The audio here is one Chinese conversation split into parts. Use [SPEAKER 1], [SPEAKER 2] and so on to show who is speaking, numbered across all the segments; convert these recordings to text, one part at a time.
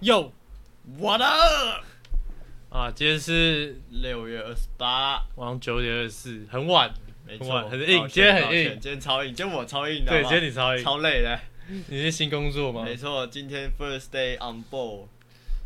[SPEAKER 1] Yo，
[SPEAKER 2] What up？
[SPEAKER 1] 啊，今天是
[SPEAKER 2] 六月二十八，
[SPEAKER 1] 晚上九点二十四，很晚，
[SPEAKER 2] 没
[SPEAKER 1] 很
[SPEAKER 2] 错，
[SPEAKER 1] 晚很硬
[SPEAKER 2] 抱歉
[SPEAKER 1] 今天很
[SPEAKER 2] 抱歉
[SPEAKER 1] 硬
[SPEAKER 2] 今天超硬，今天我超硬的，
[SPEAKER 1] 对，
[SPEAKER 2] 好
[SPEAKER 1] 今
[SPEAKER 2] 不好
[SPEAKER 1] 天你超
[SPEAKER 2] 超累的，
[SPEAKER 1] 你是新工作吗？
[SPEAKER 2] 没错，今天 first day on board，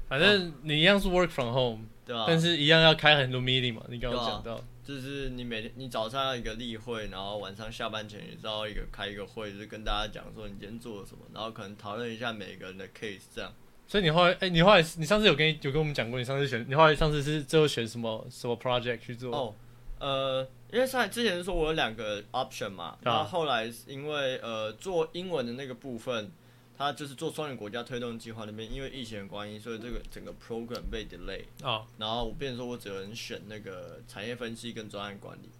[SPEAKER 1] 反正你一样是 work from home，
[SPEAKER 2] 对吧？
[SPEAKER 1] 但是一样要开很多 meeting 嘛，你刚
[SPEAKER 2] 啊
[SPEAKER 1] 刚讲到，
[SPEAKER 2] 就是你每天你早上要一个例会，然后晚上下班前也是要一个开一个会，就是跟大家讲说你今天做了什么，然后可能讨论一下每个人的 case 这样。
[SPEAKER 1] 所以你后来，哎，你后来你上次有跟有跟我们讲过，你上次选，你后来上次是最后选什么什么 project 去做？
[SPEAKER 2] 哦，呃，因为上之前说我有两个 option
[SPEAKER 1] 啊
[SPEAKER 2] 嘛，然后后来是因为呃做英文的那个部分，它就是做双语国家推动计划那边，因为疫情的关系，所以这个整个 program 被 delay，
[SPEAKER 1] 哦，
[SPEAKER 2] 然后我变成说我只能选那个产业分析跟专案管理，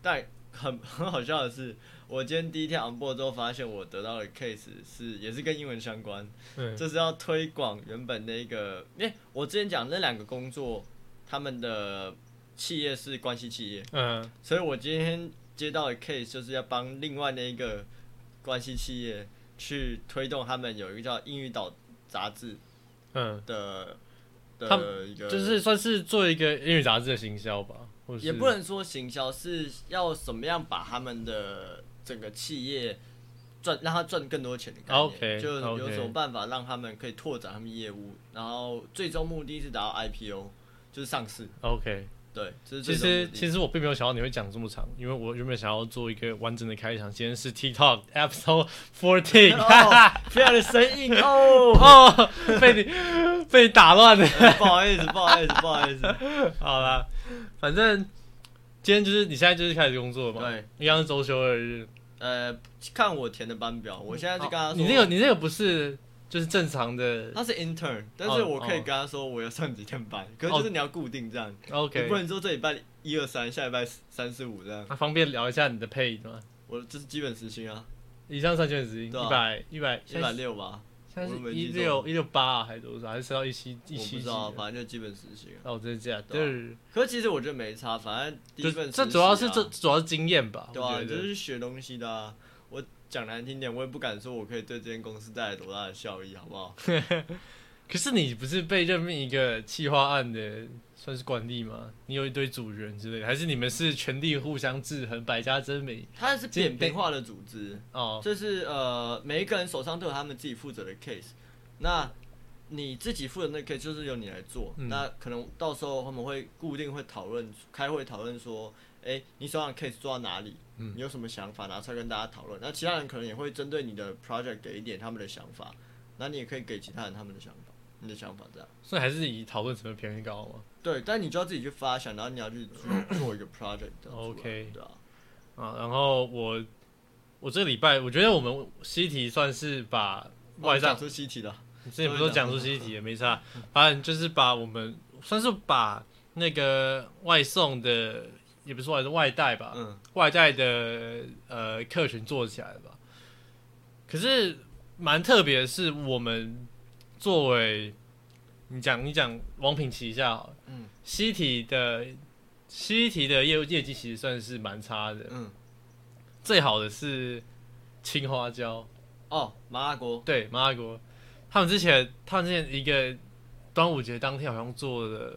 [SPEAKER 2] 但很 很好笑的是，我今天第一天 on board 之后，发现我得到的 case 是也是跟英文相关，
[SPEAKER 1] 嗯，
[SPEAKER 2] 就是要推广原本那个，因为我之前讲那两个工作，他们的企业是关系企业，
[SPEAKER 1] 嗯，
[SPEAKER 2] 所以我今天接到的 case 就是要帮另外那一个关系企业去推动他们有一个叫《英语岛》杂志
[SPEAKER 1] 嗯，
[SPEAKER 2] 的
[SPEAKER 1] 他
[SPEAKER 2] 的一个，
[SPEAKER 1] 就是算是做一个英语杂志的行销吧，或是
[SPEAKER 2] 也不能说行销，是要怎么样把他们的整个企业赚，让他赚更多钱的概念
[SPEAKER 1] OK，
[SPEAKER 2] 就有
[SPEAKER 1] OK
[SPEAKER 2] 什么办法让他们可以拓展他们业务，然后最终目的是达到 IPO，就是上市。
[SPEAKER 1] OK。
[SPEAKER 2] 对，这是
[SPEAKER 1] 其
[SPEAKER 2] 最终
[SPEAKER 1] 实
[SPEAKER 2] 目的 哦
[SPEAKER 1] 其实我并没有想到你会讲这么长，因为我原本想要做一个完整的开场。今天是 TikTok episode fourteen，哈哈。
[SPEAKER 2] 哦，非常的生硬哦。 呃
[SPEAKER 1] 哦，被你被打乱了。
[SPEAKER 2] 不好意思，不好意思，不好意思。
[SPEAKER 1] 好啦，反正今天就是你现在就是开始工作嘛，
[SPEAKER 2] 对，
[SPEAKER 1] 一样是周休二日。
[SPEAKER 2] 呃，看我填的班表，我现在就跟他说，
[SPEAKER 1] 哦你这个你这个不是就是正常的
[SPEAKER 2] 他是 intern，但是
[SPEAKER 1] 哦
[SPEAKER 2] 我可以
[SPEAKER 1] 哦
[SPEAKER 2] 跟他说我要上几天班，可是就是你要固定这样，你
[SPEAKER 1] OK？
[SPEAKER 2] 不能说这礼拜一二三，下礼拜三四五这样。
[SPEAKER 1] 那方便聊一下你的配吗？
[SPEAKER 2] 我这是基本时薪啊，
[SPEAKER 1] 以上三千值一
[SPEAKER 2] 对啊
[SPEAKER 1] 百一百
[SPEAKER 2] 一百，六吧，
[SPEAKER 1] 现在
[SPEAKER 2] 我
[SPEAKER 1] 是
[SPEAKER 2] 都没
[SPEAKER 1] 一
[SPEAKER 2] 记错
[SPEAKER 1] 六一六八啊还是多少？还是升到一七
[SPEAKER 2] 我
[SPEAKER 1] 一
[SPEAKER 2] 不
[SPEAKER 1] 七
[SPEAKER 2] 知
[SPEAKER 1] 几？
[SPEAKER 2] 道，反正就基本时薪啊。
[SPEAKER 1] 哦，真的假的？
[SPEAKER 2] 对啊
[SPEAKER 1] 对
[SPEAKER 2] 可是其实我觉得没差，反正第一
[SPEAKER 1] 就
[SPEAKER 2] 份
[SPEAKER 1] 这
[SPEAKER 2] 实习啊
[SPEAKER 1] 主要是这主要是经验吧，
[SPEAKER 2] 对
[SPEAKER 1] 我
[SPEAKER 2] 啊，
[SPEAKER 1] 觉
[SPEAKER 2] 你就
[SPEAKER 1] 得。
[SPEAKER 2] 是学东西的啊。我讲难听点，我也不敢说我可以对这间公司带来多大的效益，好不好？
[SPEAKER 1] 可是你不是被任命一个企划案的算是管理吗？你有一堆组员之类的，还是你们是权力互相制衡，百家争鸣？
[SPEAKER 2] 它是扁平化的组织，
[SPEAKER 1] 哦，
[SPEAKER 2] 就是呃，每一个人手上都有他们自己负责的 case。那你自己负责那 case 就是由你来做。
[SPEAKER 1] 嗯
[SPEAKER 2] 那可能到时候他们会固定会讨论，开会讨论说，哎、你手上的 case 做到哪里？
[SPEAKER 1] 嗯
[SPEAKER 2] 你有什么想法拿出来跟大家讨论？那其他人可能也会针对你的 project 给一点他们的想法，那你也可以给其他人他们的想法，你的想法这样。
[SPEAKER 1] 所以还是以讨论成本偏高嘛。
[SPEAKER 2] 对，但你就要自己去发想，然后你要去做做 一个 project 这样出来。
[SPEAKER 1] OK
[SPEAKER 2] 对啊，
[SPEAKER 1] 啊，然后我我这个礼拜我觉得我们西题算是把外
[SPEAKER 2] 上
[SPEAKER 1] 账，
[SPEAKER 2] 哦出西题了。
[SPEAKER 1] 你之前不是都讲出西题也没差，反正就是把我们算是把那个外送的，也不是外送外带吧，
[SPEAKER 2] 嗯，
[SPEAKER 1] 外在的呃客群做起来了吧。可是蛮特别的是，我们作为你讲你讲王品旗下好了，
[SPEAKER 2] 嗯
[SPEAKER 1] 西体的西体的业务业绩其实算是蛮差的，
[SPEAKER 2] 嗯，
[SPEAKER 1] 最好的是青花椒，
[SPEAKER 2] 哦，麻辣锅。
[SPEAKER 1] 对麻辣锅，他们之前他们之前一个端午节当天好像做了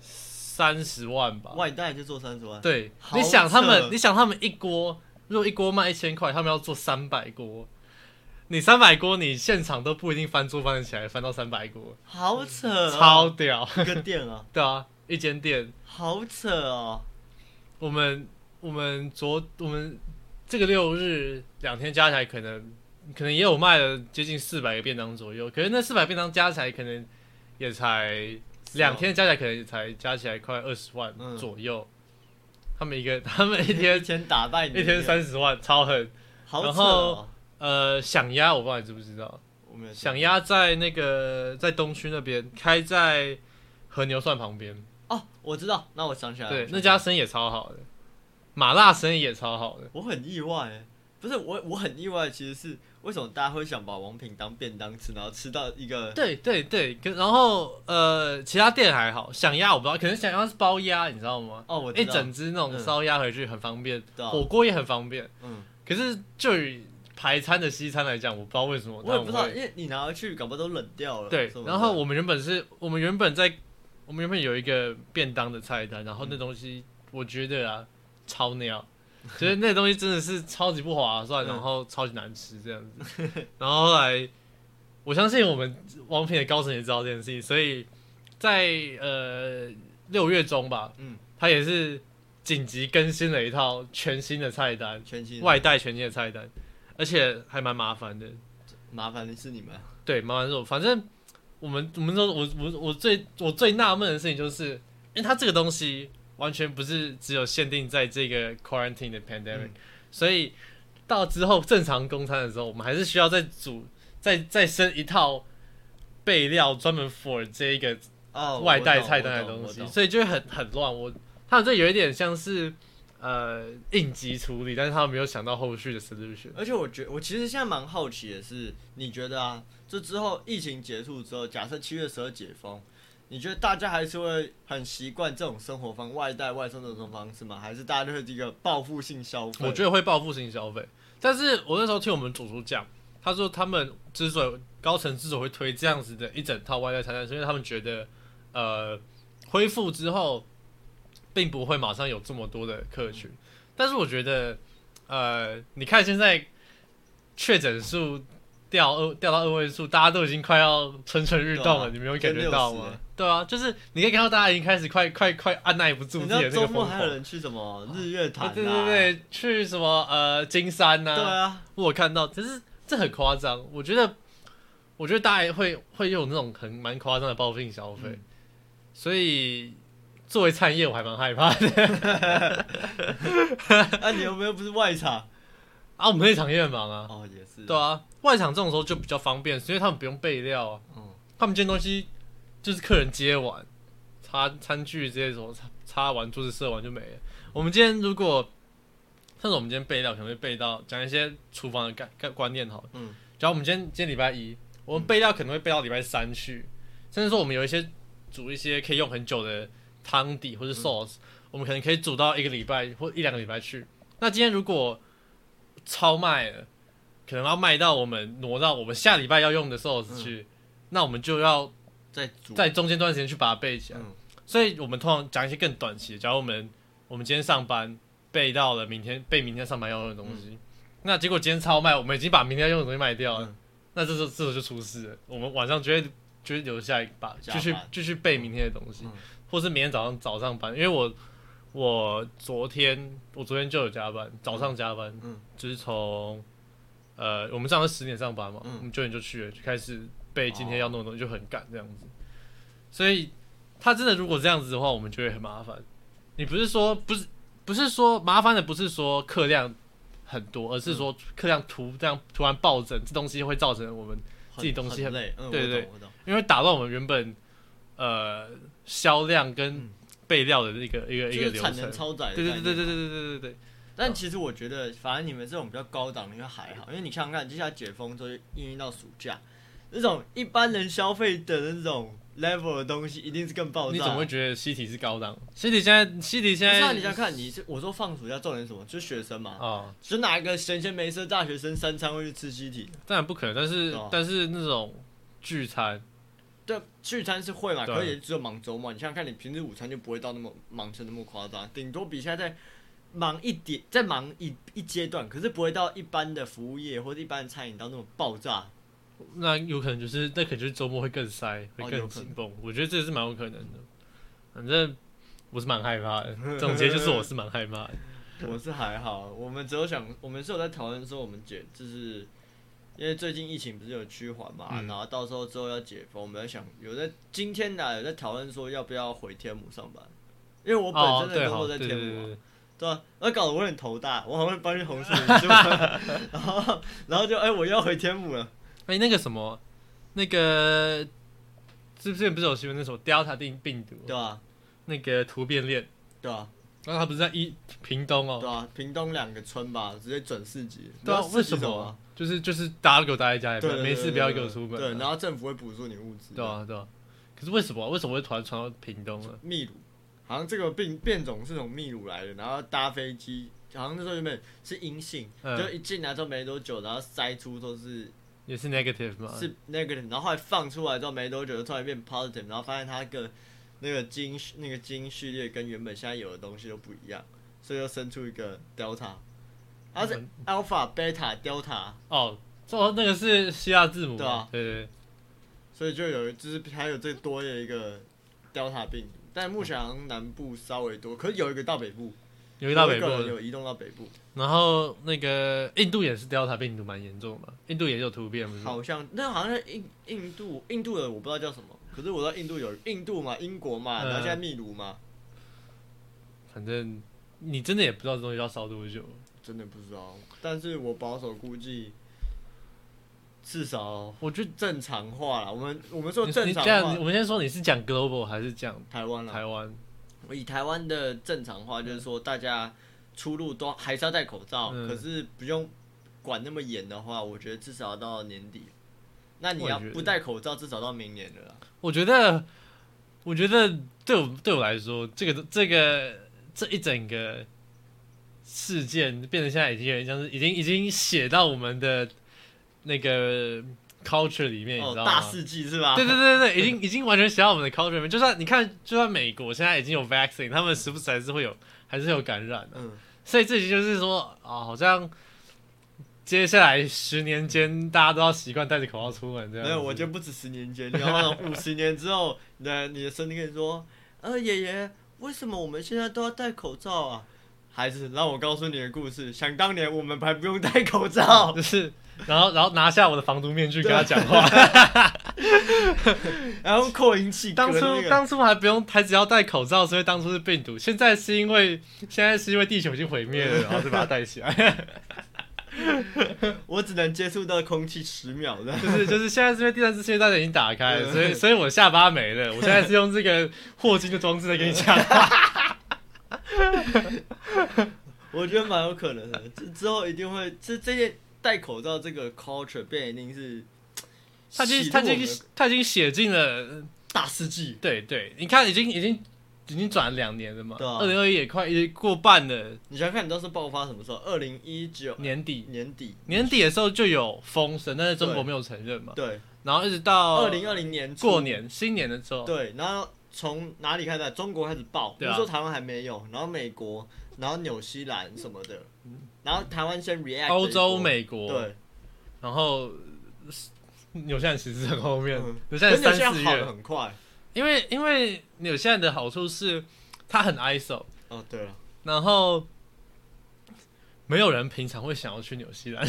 [SPEAKER 1] 三十万吧，
[SPEAKER 2] 外带就做三十万，
[SPEAKER 1] 对，
[SPEAKER 2] 好
[SPEAKER 1] 你想他们
[SPEAKER 2] 扯，
[SPEAKER 1] 你想他们一锅，如果一锅卖一千块，他们要做三百锅，你三百锅，你现场都不一定翻桌翻得起来，翻到三百锅，
[SPEAKER 2] 好扯、哦，
[SPEAKER 1] 超屌，
[SPEAKER 2] 一个店啊，
[SPEAKER 1] 对啊，一间店，
[SPEAKER 2] 好扯哦，
[SPEAKER 1] 我们我们昨我们这个六日两天加起来，可能可能也有卖了接近四百个便当左右，可是那四百便当加起来可能也才两天加起来，可能也才加起来快二十万
[SPEAKER 2] 嗯
[SPEAKER 1] 左右，他们一个他们一
[SPEAKER 2] 哦 一
[SPEAKER 1] 天。
[SPEAKER 2] 天打败你，
[SPEAKER 1] 一天，三十万，超狠。
[SPEAKER 2] 好
[SPEAKER 1] 然
[SPEAKER 2] 扯、
[SPEAKER 1] 后
[SPEAKER 2] 哦，
[SPEAKER 1] 呃，想鸭我不知道你知不知道，
[SPEAKER 2] 我没有
[SPEAKER 1] 想鸭在那个在东区那边开在和牛涮旁边，
[SPEAKER 2] 哦，我知道，那我想起来了，我
[SPEAKER 1] 对
[SPEAKER 2] 想，起来
[SPEAKER 1] 那家生意也超好的，麻辣生意也超好的。
[SPEAKER 2] 我很意外欸，不是我我很意外，其实是为什么大家会想把王品当便当吃，然后吃到一个
[SPEAKER 1] 对对对，跟然后呃，其他店还好，想鸭我不知道，可能想鸭是包鸭，你知道吗？
[SPEAKER 2] 哦，我知
[SPEAKER 1] 一
[SPEAKER 2] 道
[SPEAKER 1] 哎整只那种
[SPEAKER 2] 嗯
[SPEAKER 1] 烧鸭回去很方便，
[SPEAKER 2] 对啊
[SPEAKER 1] 火锅也很方便。
[SPEAKER 2] 嗯
[SPEAKER 1] 可是就以排餐的西餐来讲，我不知道为什么，
[SPEAKER 2] 我也
[SPEAKER 1] 但
[SPEAKER 2] 不知
[SPEAKER 1] 会
[SPEAKER 2] 道，因为你拿回去，搞不好都冷掉了。
[SPEAKER 1] 对
[SPEAKER 2] 什么，的
[SPEAKER 1] 然后我们原本是我们原本在我们原本有一个便当的菜单，然后那东西
[SPEAKER 2] 嗯
[SPEAKER 1] 我觉得啊超尿，觉得那东西真的是超级不 划算，
[SPEAKER 2] 嗯
[SPEAKER 1] 然后超级难吃这样子。 然后后来我相信我们王品的高层也知道这件事情，所以在呃六月中吧，
[SPEAKER 2] 嗯，
[SPEAKER 1] 他也是紧急更新了一套全新的菜单，
[SPEAKER 2] 全新的
[SPEAKER 1] 外带全新的菜单，而且还蛮麻烦的。
[SPEAKER 2] 麻烦的是你们，
[SPEAKER 1] 对，麻烦肉，反正我们我们说，我我我最我最纳闷的事情就是，因为它这个东西完全不是只有限定在这个 quarantine 的 pandemic，、
[SPEAKER 2] 嗯
[SPEAKER 1] 所以到之后正常供餐的时候，我们还是需要再煮再再生一套备料专门 for 这一个
[SPEAKER 2] 哦，
[SPEAKER 1] 外带
[SPEAKER 2] 我懂
[SPEAKER 1] 菜单的
[SPEAKER 2] 我懂
[SPEAKER 1] 东
[SPEAKER 2] 我
[SPEAKER 1] 西，
[SPEAKER 2] 懂
[SPEAKER 1] 所以就会很很乱。我他们这有一点像是呃应急处理，但是他们没有想到后续的 solution。
[SPEAKER 2] 而且我觉我其实现在蛮好奇的是，你觉得啊，这之后疫情结束之后，假设七月十二解封，你觉得大家还是会很习惯这种生活方外带外送这种方式吗？还是大家就会这个报复性消费？
[SPEAKER 1] 我觉
[SPEAKER 2] 得
[SPEAKER 1] 得会报复性消费。但是我那时候听我们主厨讲，他说他们之所以高层之所以会推这样子的一整套外带餐单，是因为他们觉得，呃，恢复之后，并不会马上有这么多的客
[SPEAKER 2] 嗯
[SPEAKER 1] 群。但是我觉得，呃，你看现在确诊数掉二掉到二位数，大家都已经快要蠢蠢欲动了，
[SPEAKER 2] 对啊
[SPEAKER 1] 你没有感觉到
[SPEAKER 2] 就六十
[SPEAKER 1] 吗
[SPEAKER 2] 欸？
[SPEAKER 1] 对啊，就是你可以看到大家已经开始快快快按耐不住
[SPEAKER 2] 你
[SPEAKER 1] 自
[SPEAKER 2] 知
[SPEAKER 1] 己的
[SPEAKER 2] 道
[SPEAKER 1] 那个疯
[SPEAKER 2] 周末还
[SPEAKER 1] 狂
[SPEAKER 2] 有。人去什么日月潭、啊？
[SPEAKER 1] 对对对，对去什么呃金山呐、
[SPEAKER 2] 对啊，
[SPEAKER 1] 我有看到，只是这很夸张。我觉得，我觉得大家会会有那种很蛮夸张的报复性消费，
[SPEAKER 2] 嗯
[SPEAKER 1] 所以作为餐业，我还蛮害怕的。
[SPEAKER 2] 啊，你有没有不是外场？
[SPEAKER 1] 啊，我们那场也很忙啊，
[SPEAKER 2] 哦，也是。
[SPEAKER 1] 对啊，外场这种时候就比较方便，因为他们不用备料啊，
[SPEAKER 2] 嗯，
[SPEAKER 1] 他们这些东西就是客人接完，擦餐具这些什么擦擦完桌子设完就没了。我们今天如果像是我们今天备料，可能会备到讲一些厨房的概概观念好了。
[SPEAKER 2] 嗯，
[SPEAKER 1] 假如我们今天今天礼拜一，我们备料可能会备到礼拜三去，甚至说我们有一些煮一些可以用很久的汤底或是 sauce，、我们可能可以煮到一个礼拜或一两个礼拜去。那今天如果超卖了，可能要卖到我们挪到我们下礼拜要用的 sauce
[SPEAKER 2] 嗯
[SPEAKER 1] 去，那我们就要
[SPEAKER 2] 在煮
[SPEAKER 1] 在中间段时间去把它备起来。
[SPEAKER 2] 嗯
[SPEAKER 1] 所以我们通常讲一些更短期的，假如我们我们今天上班备到了明天备明天上班要用的东西，那结果今天超卖，我们已经把明天要用的东西卖掉了，
[SPEAKER 2] 嗯
[SPEAKER 1] 那这时候这时候就出事了。我们晚上就会就会留下一把，
[SPEAKER 2] 加
[SPEAKER 1] 继
[SPEAKER 2] 班
[SPEAKER 1] 续继续备明天的东西，
[SPEAKER 2] 嗯
[SPEAKER 1] 或是明天早上早上班，因为我我昨天我昨天就有加班，早上加班，
[SPEAKER 2] 嗯
[SPEAKER 1] 就是从呃我们上次十点上班嘛，
[SPEAKER 2] 嗯哦
[SPEAKER 1] 我们九点就去了，就开始备今天要弄的东西，就很赶这样子。所以他真的如果这样子的话，我们就会很麻烦。你不是说不是不是说麻烦的不是说客量很多，
[SPEAKER 2] 嗯
[SPEAKER 1] 而是说客量突这样突然暴增，这东西会造成我们自己东西
[SPEAKER 2] 很
[SPEAKER 1] 很
[SPEAKER 2] 累，嗯，
[SPEAKER 1] 对
[SPEAKER 2] 我
[SPEAKER 1] 对
[SPEAKER 2] 懂我懂。
[SPEAKER 1] 因为打乱我们原本呃销量跟
[SPEAKER 2] 嗯
[SPEAKER 1] 备料的一个、一个一
[SPEAKER 2] 就
[SPEAKER 1] 个
[SPEAKER 2] 是
[SPEAKER 1] 流
[SPEAKER 2] 产
[SPEAKER 1] 程
[SPEAKER 2] 能。超载的
[SPEAKER 1] 对对
[SPEAKER 2] 概
[SPEAKER 1] 对对对
[SPEAKER 2] 念
[SPEAKER 1] 对对对对对。
[SPEAKER 2] 但其实我觉得，反正你们这种比较高档的应该还好，因为你想想看，接下来解封之后应用到暑假，那种一般人消费的那种 level 的东西，一定是更爆炸。
[SPEAKER 1] 你怎么会觉得西体是高档？西体现在西体现
[SPEAKER 2] 不是啊，
[SPEAKER 1] 在
[SPEAKER 2] 你想想看，你是我说放暑假重点是什么？就是学生嘛，
[SPEAKER 1] 哦，
[SPEAKER 2] 就哪一个闲闲没事的大学生三餐会去吃西体？
[SPEAKER 1] 当然不可能，但是、
[SPEAKER 2] 对啊
[SPEAKER 1] 但是那种聚餐，
[SPEAKER 2] 对，聚餐是会嘛，
[SPEAKER 1] 对
[SPEAKER 2] 可是也只有忙周末。你想想看，你平时午餐就不会到那么忙成那么夸张，顶多比现在再忙一点，再忙一一阶段，可是不会到一般的服务业或者一般的餐饮到那么爆炸。
[SPEAKER 1] 那有可能就是那可能就是周末会更塞，会
[SPEAKER 2] 哦
[SPEAKER 1] 更
[SPEAKER 2] 有可
[SPEAKER 1] 紧
[SPEAKER 2] 能
[SPEAKER 1] 绷。我觉得这是蛮有可能的。反正我是蛮害怕的， 总结就是我是蛮害怕的。
[SPEAKER 2] 我是还好，我们只有想，我们是有在讨论说，我们解就是因为最近疫情不是有趋缓嘛，
[SPEAKER 1] 嗯
[SPEAKER 2] 然后到时候之后要解封，我们在想有在今天呢、有在讨论说要不要回天母上班，因为我
[SPEAKER 1] 哦，
[SPEAKER 2] 本身
[SPEAKER 1] 对，
[SPEAKER 2] 的工
[SPEAKER 1] 好，
[SPEAKER 2] 作
[SPEAKER 1] 对
[SPEAKER 2] 在
[SPEAKER 1] 对
[SPEAKER 2] 天
[SPEAKER 1] 对
[SPEAKER 2] 母、啊，
[SPEAKER 1] 对，
[SPEAKER 2] 对啊，那搞得我很头大，我好像搬去红树林住， 然后然后就哎、我又要回天母了，
[SPEAKER 1] 哎、那个什么，那个之前不是有新闻那什么 Delta 病病毒
[SPEAKER 2] 对吧、
[SPEAKER 1] 那个突变链，
[SPEAKER 2] 对啊，
[SPEAKER 1] 然后他不是在一屏东哦？
[SPEAKER 2] 对啊，屏东两个村吧，直接准四级，
[SPEAKER 1] 对啊
[SPEAKER 2] 你，知道
[SPEAKER 1] 为
[SPEAKER 2] 四级
[SPEAKER 1] 什
[SPEAKER 2] 什
[SPEAKER 1] 么？就是就是大家给我待在家里，
[SPEAKER 2] 对，对
[SPEAKER 1] 没事不要给我
[SPEAKER 2] 对
[SPEAKER 1] 出门。啊
[SPEAKER 2] 对，然后政府会补助你物资，
[SPEAKER 1] 对啊，对啊。可是为什么啊？为什么会突然传到屏东呢？啊
[SPEAKER 2] 秘鲁，好像这个病变种是从秘鲁来的，然后搭飞机好像那时候原本是阴性，
[SPEAKER 1] 嗯
[SPEAKER 2] 就一进来之后没多久，然后筛出都是
[SPEAKER 1] 也是 negative 嘛，
[SPEAKER 2] 是 negative，然后后来放出来之后没多久就突然变 positive，然后发现它跟那个基因那个基因序列跟原本现在有的东西都不一样，所以又生出一个 delta，它啊
[SPEAKER 1] 嗯
[SPEAKER 2] 是 alpha、beta、delta，
[SPEAKER 1] 哦，这那个是希腊字母嘛，
[SPEAKER 2] 对啊
[SPEAKER 1] 对对
[SPEAKER 2] 所以就有就是还有最多的一个 delta 病，但目前好像南部稍微多，可是有一个到北部，
[SPEAKER 1] 有一到北部
[SPEAKER 2] 有一
[SPEAKER 1] 的
[SPEAKER 2] 个人有移动到北部，
[SPEAKER 1] 然后那个印度也是 Delta 病毒蛮严重的，印度也有突变，不是吗？
[SPEAKER 2] 好像那好像是印印度印度的我不知道叫什么，可是我知道印度有印度嘛，英国嘛，
[SPEAKER 1] 嗯
[SPEAKER 2] 然后现在秘鲁嘛，
[SPEAKER 1] 反正你真的也不知道这东西要烧多久。
[SPEAKER 2] 真的不知道，但是我保守估计至少
[SPEAKER 1] 我觉得
[SPEAKER 2] 正常化了。我们我们说
[SPEAKER 1] 你
[SPEAKER 2] 正
[SPEAKER 1] 你
[SPEAKER 2] 常
[SPEAKER 1] 这样，
[SPEAKER 2] 化，
[SPEAKER 1] 我们先说你是讲 global 还是讲
[SPEAKER 2] 台湾了，
[SPEAKER 1] 台湾？
[SPEAKER 2] 我以台湾的正常化就是说大家出入都还是要戴口罩，
[SPEAKER 1] 嗯
[SPEAKER 2] 可是不用管那么严的话，我觉得至少要到年底。那你
[SPEAKER 1] 我也
[SPEAKER 2] 要
[SPEAKER 1] 觉得
[SPEAKER 2] 不戴口罩，至少到明年了啦。
[SPEAKER 1] 我觉得，我觉得对我对我来说，这个这个这一整个事件变得现在已经有点像是已经已经写到我们的那个 culture 里哎面，你
[SPEAKER 2] 哦，
[SPEAKER 1] 知道吗？
[SPEAKER 2] 大事记是吧？
[SPEAKER 1] 对对对对对，已经已经完全写到我们的 culture 里面。就算你看，就算美国现在已经有 vaccine，他们时不时还是会有，还是会有感染的、
[SPEAKER 2] 嗯，
[SPEAKER 1] 所以这集就是说啊，好像接下来十年间，大家都要习惯戴着口罩出门这样
[SPEAKER 2] 没
[SPEAKER 1] 子。
[SPEAKER 2] 有，我觉得不止十年前，你要五十年之后，你的你的孙子跟你说，呃，爷爷，为什么我们现在都要戴口罩啊？孩子，让我告诉你的故事。想当年，我们还不用戴 口罩。
[SPEAKER 1] 就是，然后然后拿下我的防毒面具跟他讲话。
[SPEAKER 2] 然后扩音器隔
[SPEAKER 1] 当
[SPEAKER 2] 着那
[SPEAKER 1] 初
[SPEAKER 2] 个，
[SPEAKER 1] 当初还不用，还只要戴口罩，所以当初是病毒。现在是因为现在是因为地球已经毁灭了，然后就把它戴起来。
[SPEAKER 2] 我只能接触到空气十秒的。
[SPEAKER 1] 就是就是现在这边第三次世界大战已经打开了，所以所以我下巴没了，我现在是用这个霍金的装置在跟你讲。
[SPEAKER 2] 我觉得蛮有可能的， 这之后一定会，这这些戴口罩这个 culture 变一定是，
[SPEAKER 1] 他已经
[SPEAKER 2] 洗
[SPEAKER 1] 他
[SPEAKER 2] 入
[SPEAKER 1] 已
[SPEAKER 2] 我们
[SPEAKER 1] 经他已经写进了，
[SPEAKER 2] 大世纪，
[SPEAKER 1] 对对，你看已经已经已经转了两年了嘛，
[SPEAKER 2] 对啊
[SPEAKER 1] 二零二一也快也过半了，
[SPEAKER 2] 你想想看，你当时爆发什么时候？二零一九
[SPEAKER 1] 年底
[SPEAKER 2] 年底，
[SPEAKER 1] 年底的时候就有封神，但是中国
[SPEAKER 2] 对
[SPEAKER 1] 没有承认嘛，
[SPEAKER 2] 对，
[SPEAKER 1] 然后一直到
[SPEAKER 2] 二零二零年初
[SPEAKER 1] 哦过年新年的时候，
[SPEAKER 2] 对，然后从哪里开始？中国开始爆，
[SPEAKER 1] 对啊
[SPEAKER 2] 那时候台湾还没有，然后美国，然后纽西兰什么的，然后台湾先
[SPEAKER 1] 嗯
[SPEAKER 2] react
[SPEAKER 1] 欧
[SPEAKER 2] 一
[SPEAKER 1] 洲、
[SPEAKER 2] 波
[SPEAKER 1] 美国，
[SPEAKER 2] 对，
[SPEAKER 1] 然后纽西兰其实很后面
[SPEAKER 2] 嗯，
[SPEAKER 1] 纽西
[SPEAKER 2] 可
[SPEAKER 1] 兰
[SPEAKER 2] 是纽
[SPEAKER 1] 三
[SPEAKER 2] 西兰
[SPEAKER 1] 四
[SPEAKER 2] 好
[SPEAKER 1] 月
[SPEAKER 2] 的。很快。
[SPEAKER 1] 因为因为纽西兰的好处是它很 ISO，
[SPEAKER 2] 哦，对了，
[SPEAKER 1] 然后没有人平常会想要去纽 西兰，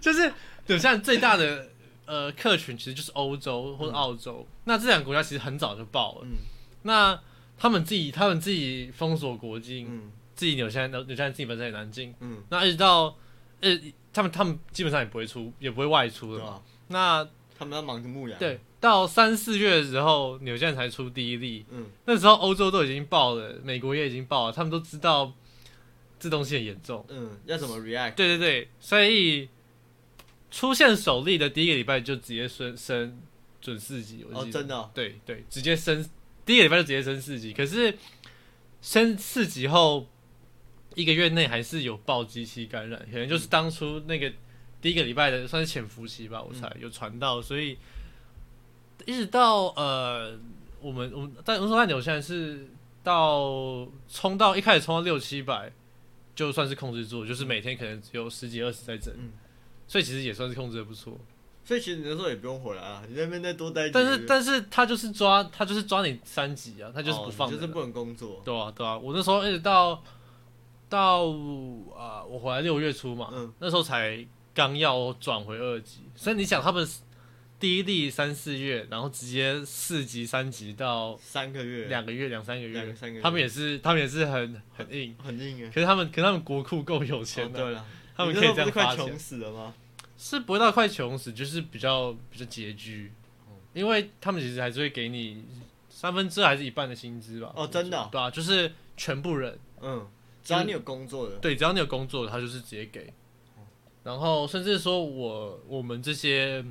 [SPEAKER 1] 就是纽西兰最大的呃客群其实就是欧洲或者澳洲，那这两个国家其实很早就爆了，
[SPEAKER 2] 嗯
[SPEAKER 1] 那他们自己他们自己封锁国境，
[SPEAKER 2] 嗯
[SPEAKER 1] 自己纽西兰纽西兰自己本身也难进，
[SPEAKER 2] 嗯，
[SPEAKER 1] 那一直到呃他们他们基本上也不会出也不会外出
[SPEAKER 2] 对啊
[SPEAKER 1] 的嘛，
[SPEAKER 2] 吧？
[SPEAKER 1] 那
[SPEAKER 2] 他们要忙着牧羊。，
[SPEAKER 1] 对到三四月的时候，纽西兰才出第一例。
[SPEAKER 2] 嗯，
[SPEAKER 1] 那时候欧洲都已经爆了，美国也已经爆了，他们都知道这东西很严重。
[SPEAKER 2] 嗯，要怎么 react？
[SPEAKER 1] 对对对，所以出现首例的第一个礼拜就直接升升准四级，我
[SPEAKER 2] 哦，
[SPEAKER 1] 记得。
[SPEAKER 2] 真的哦，
[SPEAKER 1] 对对，直接升第一个礼拜就直接升四级，可是升四级后一个月内还是有爆机器感染，可能就是当初那个第一个礼拜的算是潜伏期吧，我猜
[SPEAKER 2] 嗯
[SPEAKER 1] 有传到，所以一直到呃我们我们但我说在纽西兰是到冲到一开始冲到六七百。就算是控制住，就是每天可能只有十几二十在整，
[SPEAKER 2] 嗯
[SPEAKER 1] 所以其实也算是控制的不错。
[SPEAKER 2] 所以其实你那时候也不用回来啊，你在那边再多待几个
[SPEAKER 1] 但
[SPEAKER 2] 月。
[SPEAKER 1] 是但是他就是抓他就是抓你三级啊，他就是不
[SPEAKER 2] 哦
[SPEAKER 1] 放
[SPEAKER 2] 你
[SPEAKER 1] 人
[SPEAKER 2] 就
[SPEAKER 1] 啊、
[SPEAKER 2] 是不能工作。
[SPEAKER 1] 对啊对啊，我那时候一直到到啊、我回来六月初嘛，
[SPEAKER 2] 嗯
[SPEAKER 1] 那时候才刚要转回二级，所以你想他们第一例三四月，然后直接四级三级到
[SPEAKER 2] 三个月，
[SPEAKER 1] 两个月两三个
[SPEAKER 2] 两
[SPEAKER 1] 月
[SPEAKER 2] 个三个，月
[SPEAKER 1] 他们也是他们也是很很硬，
[SPEAKER 2] 很硬哎。
[SPEAKER 1] 可是他们可是他们国库够有
[SPEAKER 2] 哦
[SPEAKER 1] 钱的、
[SPEAKER 2] 对了，
[SPEAKER 1] 他们
[SPEAKER 2] 你
[SPEAKER 1] 可
[SPEAKER 2] 那
[SPEAKER 1] 以
[SPEAKER 2] 时
[SPEAKER 1] 这
[SPEAKER 2] 候不
[SPEAKER 1] 样发
[SPEAKER 2] 是快穷
[SPEAKER 1] 钱，
[SPEAKER 2] 死了吗？
[SPEAKER 1] 是不会到快穷死，就是比较比较拮据，因为他们其实还是会给你三分之二还是一半的薪资吧。
[SPEAKER 2] 哦真的哦
[SPEAKER 1] 对啊，就是全部人，
[SPEAKER 2] 嗯，只要你有工作的，
[SPEAKER 1] 对，只要你有工作，他就是直接给。然后甚至说我我们这些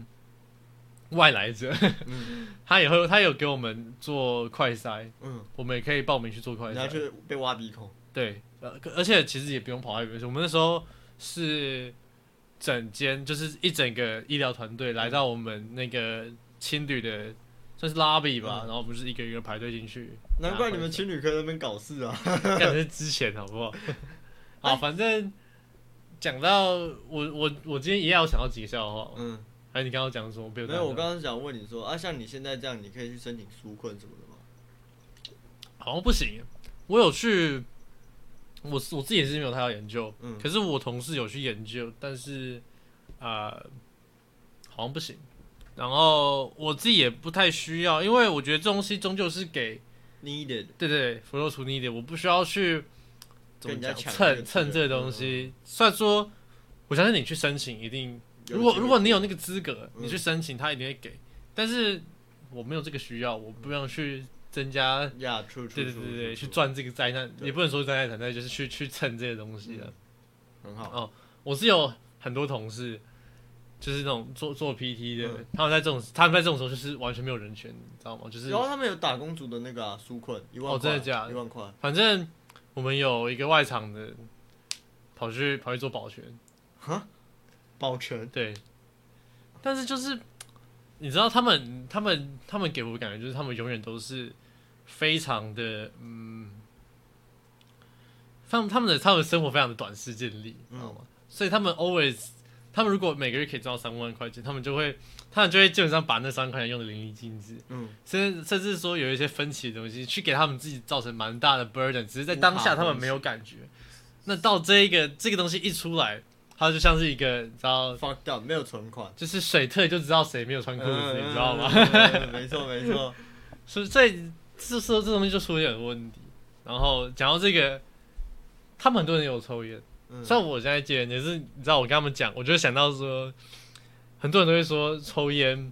[SPEAKER 1] 外来者， 他也会他有给我们做快筛，
[SPEAKER 2] 嗯，
[SPEAKER 1] 我们也可以报名去做快
[SPEAKER 2] 然后
[SPEAKER 1] 筛。
[SPEAKER 2] 就被挖鼻孔。
[SPEAKER 1] 对，呃，可而且其实也不用跑太远，我们那时候是整间就是一整个医疗团队
[SPEAKER 2] 嗯
[SPEAKER 1] 来到我们那个青旅的，算是 lobby 吧，然
[SPEAKER 2] 嗯
[SPEAKER 1] 后我们就是一个一个排队进去。
[SPEAKER 2] 难怪你们
[SPEAKER 1] 去，
[SPEAKER 2] 情侣可以在那边搞事啊！
[SPEAKER 1] 干的是之前好 不好？好，反正讲到我我我今天一样有想到几个笑话，
[SPEAKER 2] 嗯，
[SPEAKER 1] 还是哎你刚刚讲什么？没
[SPEAKER 2] 没有，我刚刚想问你说啊，像你现在这样，你可以去申请纾困什么的吗？
[SPEAKER 1] 好像不行。我有去，我我自己也是没有太要研究，
[SPEAKER 2] 嗯
[SPEAKER 1] 可是我同事有去研究，但是啊、呃好像不行。然后我自己也不太需要，因为我觉得这东西终究是给
[SPEAKER 2] Needed，
[SPEAKER 1] 对对对佛罗图尼的，我不需要去怎么
[SPEAKER 2] 跟人家
[SPEAKER 1] 讲
[SPEAKER 2] 抢
[SPEAKER 1] 蹭
[SPEAKER 2] 这个嗯
[SPEAKER 1] 蹭这个东西。虽然说，我相信你去申请一定，
[SPEAKER 2] 有
[SPEAKER 1] 如果
[SPEAKER 2] 机会
[SPEAKER 1] 如果你有那个资格，
[SPEAKER 2] 嗯
[SPEAKER 1] 你去申请，他一定会给。但是我没有这个需要，我不想去增加
[SPEAKER 2] 呀，出出
[SPEAKER 1] 对对对对，去，赚这个灾难，
[SPEAKER 2] 对嗯
[SPEAKER 1] 也不能说灾难团队，就是去去蹭这些东西了。
[SPEAKER 2] 很好。
[SPEAKER 1] 我是有很多同事，就是那种做做 PT 的
[SPEAKER 2] 嗯，
[SPEAKER 1] 他们在这种他们在这种时候就是完全没有人权，你知道吗？就是
[SPEAKER 2] 然后他们有打工族的那个啊，纾困一万块，
[SPEAKER 1] 哦真的假的
[SPEAKER 2] 一万块，
[SPEAKER 1] 反正我们有一个外场的跑去跑去做保全，
[SPEAKER 2] 保全，
[SPEAKER 1] 对，但是就是你知道他们他们他们给我的感觉就是他们永远都是非常的嗯，他们他们的他们的生活非常的短视见利，你知道吗？所以他们 always 他们如果每个月可以赚到三万块钱，他们就会他们就会基本上把那三万块钱用的淋漓尽致，
[SPEAKER 2] 嗯，
[SPEAKER 1] 甚甚至说有一些分歧的东西，去给他们自己造成蛮大的 burden，只是在当下他们没有感觉。那到这一个这个东西一出来，它就像是一个你知道
[SPEAKER 2] 放掉嗯没有 存款，
[SPEAKER 1] 就是水退就知道谁没有穿裤子，你知道吗？
[SPEAKER 2] 嗯？嗯嗯嗯没错没 错，
[SPEAKER 1] 所以这这时候这东西就出现了问题。然后讲到这个，他们很多人有抽烟，
[SPEAKER 2] 嗯
[SPEAKER 1] 虽然我现在戒烟，也是你知道我跟他们讲，我就想到说，很多人都会说抽烟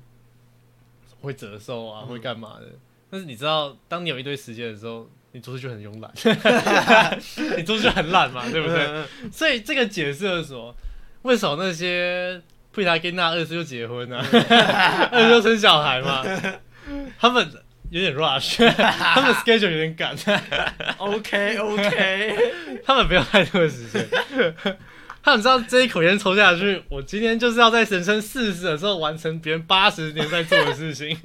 [SPEAKER 1] 会折寿啊，
[SPEAKER 2] 嗯
[SPEAKER 1] 会干嘛的。但是你知道，当你有一堆时间的时候，你做事就很慵懒， 你做事就很懒嘛，对不对？
[SPEAKER 2] 嗯？
[SPEAKER 1] 所以这个解释了什么？为什么那些佩达跟那二十就结婚呢、啊？二十就生小孩嘛？他们有点 rush，他们 schedule 有点赶，
[SPEAKER 2] OK OK，
[SPEAKER 1] 他们没有太多的时间。他们知道这一口烟抽下去，我今天就是要在人生四十的时候完成别人八十年在做的事情。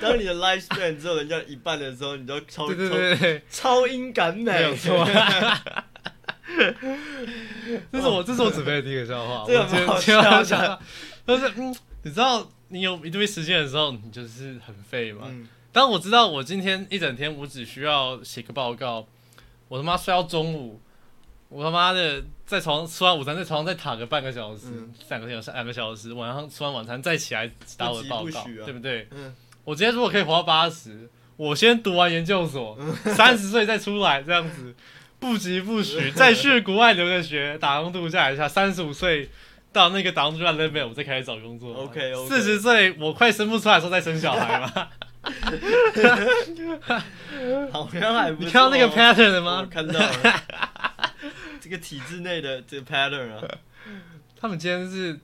[SPEAKER 2] 当你的 lifespan 只有人家一半的时候，你就超
[SPEAKER 1] 对对对对，
[SPEAKER 2] 超超音感美，
[SPEAKER 1] 没有错。 这是我这是我准备的第一个笑话，
[SPEAKER 2] 这个
[SPEAKER 1] 我今天
[SPEAKER 2] 蛮好
[SPEAKER 1] 今天晚上
[SPEAKER 2] 笑的
[SPEAKER 1] 想到，就是嗯，你知道你有一堆时间的时候，你就是很废嘛。
[SPEAKER 2] 嗯，
[SPEAKER 1] 当我知道我今天一整天我只需要写个报告，我他妈睡到中午，我他妈的在床吃完午餐在床上再躺个半个小时
[SPEAKER 2] 嗯、
[SPEAKER 1] 三个小时、两个小时，晚上吃完晚餐再起来打我的报
[SPEAKER 2] 不
[SPEAKER 1] 告，
[SPEAKER 2] 急不徐啊
[SPEAKER 1] 对不对？
[SPEAKER 2] 嗯
[SPEAKER 1] 我今天如果可以活到八十，我先读完研究所，
[SPEAKER 2] 嗯
[SPEAKER 1] 三十岁再出来这样 子，不急不徐，再去国外留个学，打工度假一下，三十五岁。到那个打工度假 level，我再开始找工作。
[SPEAKER 2] OK，OK
[SPEAKER 1] 四十岁我快生不出来的时候再生小孩嘛。
[SPEAKER 2] 好像还不
[SPEAKER 1] 你看到那个
[SPEAKER 2] 错哦
[SPEAKER 1] pattern 了
[SPEAKER 2] 我
[SPEAKER 1] 吗？
[SPEAKER 2] 看 到了，这个体制内的这个 pattern 啊，
[SPEAKER 1] 他们今天是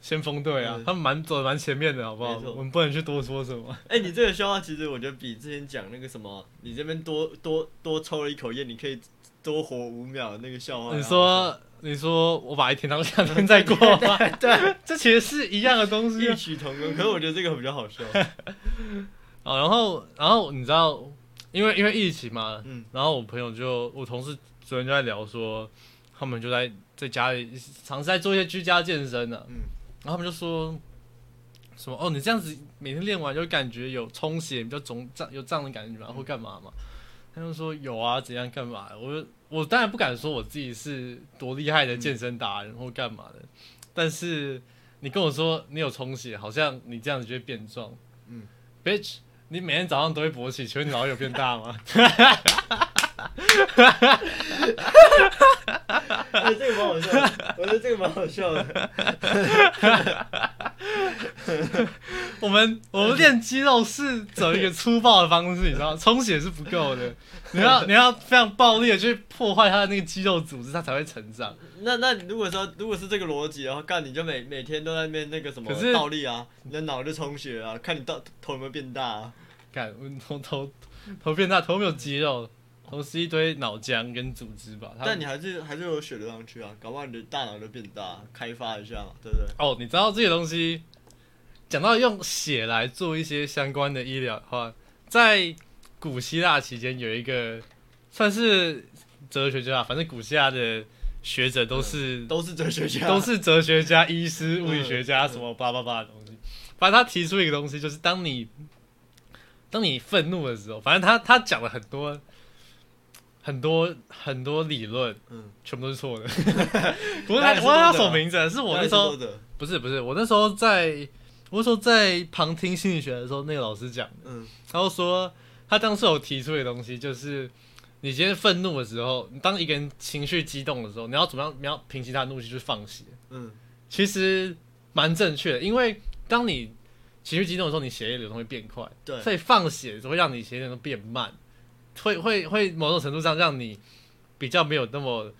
[SPEAKER 1] 先锋队啊
[SPEAKER 2] 嗯，
[SPEAKER 1] 他们蛮走的蛮前面的，好不好？
[SPEAKER 2] 没错
[SPEAKER 1] 我们不能去多说什么。
[SPEAKER 2] 哎、你这个笑话其实我觉得比之前讲那个什么，你这边多多多抽了一口烟，你可以多活五秒那个笑话，
[SPEAKER 1] 你 说，你说我把一天当两天再过吗？ 对，这其实是一样的东西
[SPEAKER 2] 异
[SPEAKER 1] 啊。
[SPEAKER 2] 曲同工，可是我觉得这个比较 好笑。
[SPEAKER 1] 哦，然后，然后你知道，因为因为疫情嘛，
[SPEAKER 2] 嗯
[SPEAKER 1] 然后我朋友就我同事昨天就在聊说，他们就在在家里尝试在做一些居家健身呢、啊，
[SPEAKER 2] 嗯
[SPEAKER 1] 然后他们就说什么哦，你这样子每天练完就感觉有充血，比较肿胀有胀的感觉
[SPEAKER 2] 嗯
[SPEAKER 1] 嘛，或干嘛嘛？他就说有啊，怎样干嘛？我我当然不敢说我自己是多厉害的健身达人或干嘛的，但是你跟我说你有充血，好像你这样子就会变壮，
[SPEAKER 2] 嗯
[SPEAKER 1] ，bitch。你每天早上都会勃起，请问你老有变大吗？
[SPEAKER 2] 我觉得哎这个蛮好笑的，我觉得这个蛮好笑的。
[SPEAKER 1] 我们我们练肌肉是走一个粗暴的方式，你知道吗，充血是不够的， 你要你要非常暴力的去破坏它的那个肌肉组织，它才会成长。
[SPEAKER 2] 那那你如果说如果是这个逻辑的话，干你就每每天都在那边那个什么
[SPEAKER 1] 可是
[SPEAKER 2] 倒立啊，你的脑就充血啊，看你到头有没有变大啊。
[SPEAKER 1] 看我头头头变大，头没有肌肉，同时一堆脑浆跟组织吧。他
[SPEAKER 2] 但你还是还是有选择上去啊，搞不好你的大脑就变大，开发一下嘛，对不对？
[SPEAKER 1] 哦，你知道这个东西，讲到用血来做一些相关的医疗的话，在古希腊期间有一个算是哲学家，反正古希腊的学者都是、
[SPEAKER 2] 都是哲学家，
[SPEAKER 1] 都是哲学家、医师、物理学家
[SPEAKER 2] 嗯
[SPEAKER 1] 什么叭叭叭的东西。反正他提出一个东西，就是当你当你愤怒的时候，反正他他讲了很多很多很多理论，
[SPEAKER 2] 嗯，
[SPEAKER 1] 全部都是错 的。不是
[SPEAKER 2] 那
[SPEAKER 1] 他，
[SPEAKER 2] 也是
[SPEAKER 1] 我忘了
[SPEAKER 2] 多
[SPEAKER 1] 他什
[SPEAKER 2] 的
[SPEAKER 1] 么
[SPEAKER 2] 啊
[SPEAKER 1] 名字了，是我那
[SPEAKER 2] 也
[SPEAKER 1] 时候
[SPEAKER 2] 多的，
[SPEAKER 1] 不是不是，我那时候在，我那时候在旁听心理学的时候，那个老师讲，
[SPEAKER 2] 嗯
[SPEAKER 1] 他就说他当时有提出一个东西，就是你今天愤怒的时候，你当一个人情绪激动的时候，你要怎么样？你要平息他的怒气，就是放血。
[SPEAKER 2] 嗯
[SPEAKER 1] 其实蛮正确的，因为当你情绪激动的时候，你血液流动会变快，
[SPEAKER 2] 对
[SPEAKER 1] 所以放血只会让你血液流动变慢，会会会某种程度上让你比较没有那么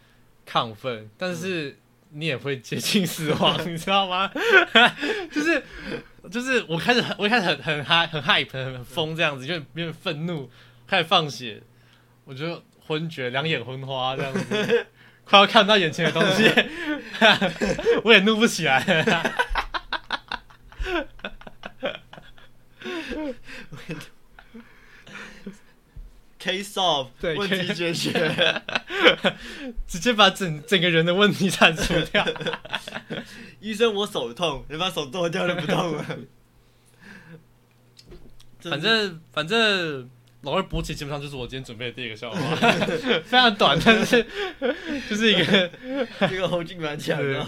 [SPEAKER 1] 亢奋，但是你也会接近死亡，你知道吗？ 就是就是我开始很我一开始很很嗨很 hype 很很疯这样子，就有点愤怒，开始放血，我就昏厥，两眼昏花这样子。快要看不到眼前的东西，我也怒不起来。
[SPEAKER 2] ，case solve，
[SPEAKER 1] 对
[SPEAKER 2] 问题
[SPEAKER 1] case-
[SPEAKER 2] 解决
[SPEAKER 1] 直接把整整个人的问题铲除掉。
[SPEAKER 2] 医生，我手痛，你把手剁掉就不动了。
[SPEAKER 1] 反正反正老二勃起基本上就是我今天准备的第一个笑话， 非常短，但是 就是一个，
[SPEAKER 2] 这个后劲蛮强的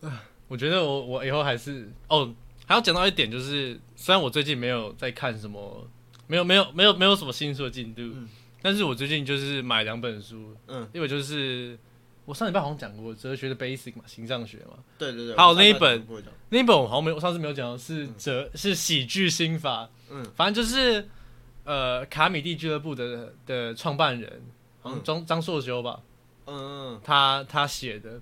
[SPEAKER 2] 哦，
[SPEAKER 1] 我觉得我我以后还是哦，还要讲到一点就是，虽然我最近没有在看什么，没有没有没有没有什么新书的进度，
[SPEAKER 2] 嗯
[SPEAKER 1] 但是我最近就是买两本书，
[SPEAKER 2] 嗯，
[SPEAKER 1] 一本就是我上礼拜好像讲过哲学的 basic 嘛，形上学嘛，
[SPEAKER 2] 对对对。
[SPEAKER 1] 还有
[SPEAKER 2] 我上
[SPEAKER 1] 那一
[SPEAKER 2] 班
[SPEAKER 1] 本
[SPEAKER 2] 不会讲，
[SPEAKER 1] 那一本我好像没有，我上次没有讲到是哲、是喜剧心法，
[SPEAKER 2] 嗯，
[SPEAKER 1] 反正就是呃卡米蒂俱乐部的的创办人，好像
[SPEAKER 2] 嗯
[SPEAKER 1] 张张硕修吧，
[SPEAKER 2] 嗯嗯
[SPEAKER 1] 他他写的，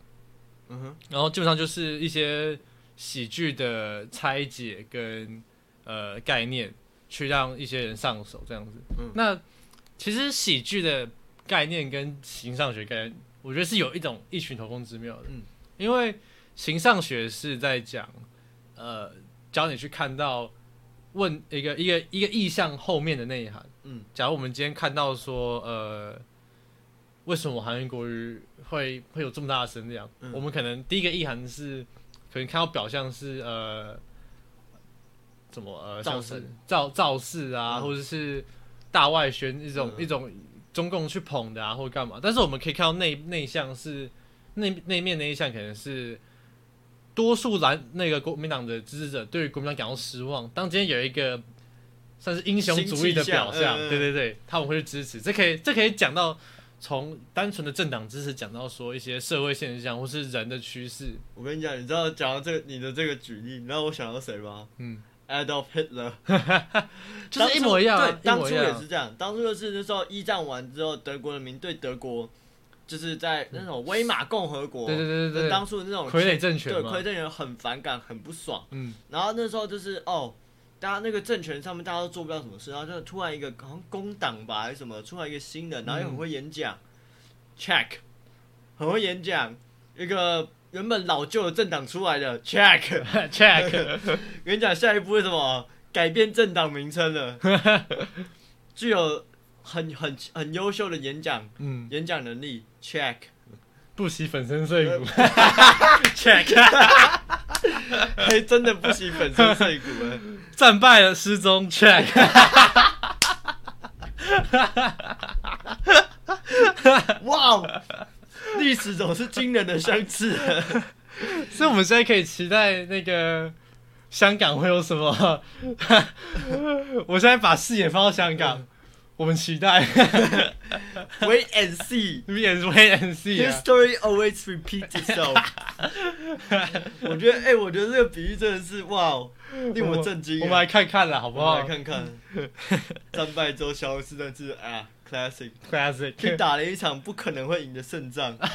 [SPEAKER 2] 嗯哼，
[SPEAKER 1] 然后基本上就是一些喜剧的拆解跟呃概念，去让一些人上手这样子。
[SPEAKER 2] 嗯
[SPEAKER 1] 那其实喜剧的概念跟形上学概念，我觉得是有一种异曲同工之妙的。
[SPEAKER 2] 嗯
[SPEAKER 1] 因为形上学是在讲呃教你去看到问一个一个一个意象后面的内涵。
[SPEAKER 2] 嗯
[SPEAKER 1] 假如我们今天看到说，呃，为什么韩语国语会会有这么大的声量？
[SPEAKER 2] 嗯
[SPEAKER 1] 我们可能第一个意涵是，可能看到表象是呃，怎么呃，
[SPEAKER 2] 造
[SPEAKER 1] 像
[SPEAKER 2] 势
[SPEAKER 1] 是造造势啊，
[SPEAKER 2] 嗯
[SPEAKER 1] 或者是大外宣一种、
[SPEAKER 2] 嗯
[SPEAKER 1] 一种中共去捧的啊，或干嘛？但是我们可以看到内内向是内内面那一项可能是多数蓝那个国民党的支持者对于国民党感到失望。当今天有一个算是英雄主义的表
[SPEAKER 2] 新气象
[SPEAKER 1] 象，
[SPEAKER 2] 嗯嗯
[SPEAKER 1] 对对对，他们会去支持。这可以这可以讲到从单纯的政党支持讲到说一些社会现象或是人的趋势。
[SPEAKER 2] 我跟你讲，你知道讲到这个你的这个举例，你知道我想到谁吗？
[SPEAKER 1] 嗯，
[SPEAKER 2] Adolf Hitler
[SPEAKER 1] 就是一模一样啊、
[SPEAKER 2] 当初
[SPEAKER 1] 一模一
[SPEAKER 2] 对，当初也
[SPEAKER 1] 样。
[SPEAKER 2] 是这样。当初就是那时候一战完之后，德国人民对德国就是在那种威玛共和国，
[SPEAKER 1] 对对对对对，
[SPEAKER 2] 当初的那种
[SPEAKER 1] 傀儡政
[SPEAKER 2] 对
[SPEAKER 1] 权嘛
[SPEAKER 2] 傀儡，政权很反感，很不爽。
[SPEAKER 1] 嗯，
[SPEAKER 2] 然后那时候就是哦，大家那个政权上面大家都做不了什么事，然后就突然一个好像工党吧还是什么，出来一个新
[SPEAKER 1] 嗯
[SPEAKER 2] 的，然后又很会演讲、c h e c k 很会演讲，一个原本老旧的政党出来的 check。
[SPEAKER 1] check，
[SPEAKER 2] 我跟你讲，下一步是什么？改变政党名称 了。具有很很很优秀的演讲
[SPEAKER 1] 嗯，
[SPEAKER 2] 演讲能力，check。
[SPEAKER 1] 不惜粉身碎骨
[SPEAKER 2] check，还真的不惜粉身碎骨 哎！
[SPEAKER 1] 战败了，失踪，check，
[SPEAKER 2] 哇哦，历史总是惊人的相 似。
[SPEAKER 1] 所以我们现在可以期待那个香港会有什么？ 我现在把视野放到香港，我们期待
[SPEAKER 2] Wait and see,
[SPEAKER 1] We and wait and see 啊。
[SPEAKER 2] history always repeats itself 。我觉得，哎、我觉得这个比喻真的是哇哦， 令我震惊哎。
[SPEAKER 1] 我们来看看了，好不
[SPEAKER 2] 我们
[SPEAKER 1] 好
[SPEAKER 2] 来哦看看战败之后消失，但是啊，classic。去
[SPEAKER 1] ？Classic，
[SPEAKER 2] 打了一场不可能会赢的胜仗。
[SPEAKER 1] 啊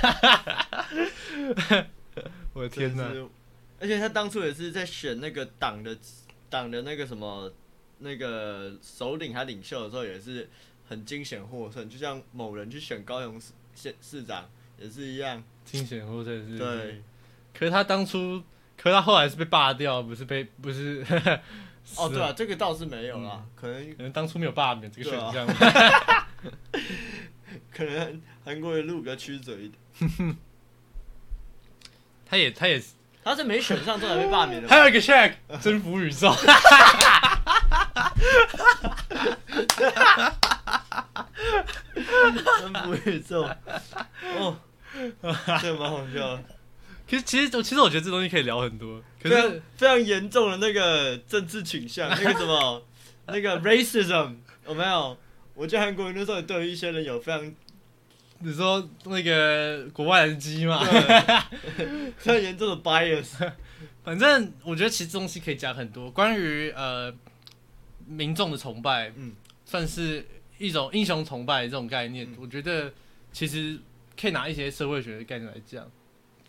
[SPEAKER 1] 我的天哪
[SPEAKER 2] 真！的是！而且他当初也是在选那个党的党的那个什么那个首领还领袖的时候，也是很惊险获胜，就像某人去选高雄市县市长也是一样。
[SPEAKER 1] 惊险获胜是。
[SPEAKER 2] 对，
[SPEAKER 1] 可是他当初，可是他后来是被罢掉，不是被不是。
[SPEAKER 2] 哦，
[SPEAKER 1] 是嗯
[SPEAKER 2] 对啊，这个倒是没有啦，可能
[SPEAKER 1] 可能当初没有罢免这个选项。
[SPEAKER 2] 啊可能韩国的路比较曲折一点，
[SPEAKER 1] 他也他也
[SPEAKER 2] 他是没选上之后才被罢免的吧
[SPEAKER 1] 还。 有一个 check 征服宇宙。
[SPEAKER 2] 真不会咒，哦，这个蛮好笑的。
[SPEAKER 1] 其实其实我其实我觉得这东西可以聊很多，可
[SPEAKER 2] 非常
[SPEAKER 1] 是
[SPEAKER 2] 非常严重的那个政治 倾向，那个什么，那个 racism 有没有？我觉得韩国人那时候也对一些人有非常
[SPEAKER 1] 你说那个国外的鸡嘛，
[SPEAKER 2] 非常严重的 bias。
[SPEAKER 1] 反正我觉得其实东西可以讲很多，关于呃民众的崇拜，
[SPEAKER 2] 嗯，
[SPEAKER 1] 算是一种英雄崇拜这种概念，
[SPEAKER 2] 嗯
[SPEAKER 1] 我觉得其实可以拿一些社会学的概念来讲。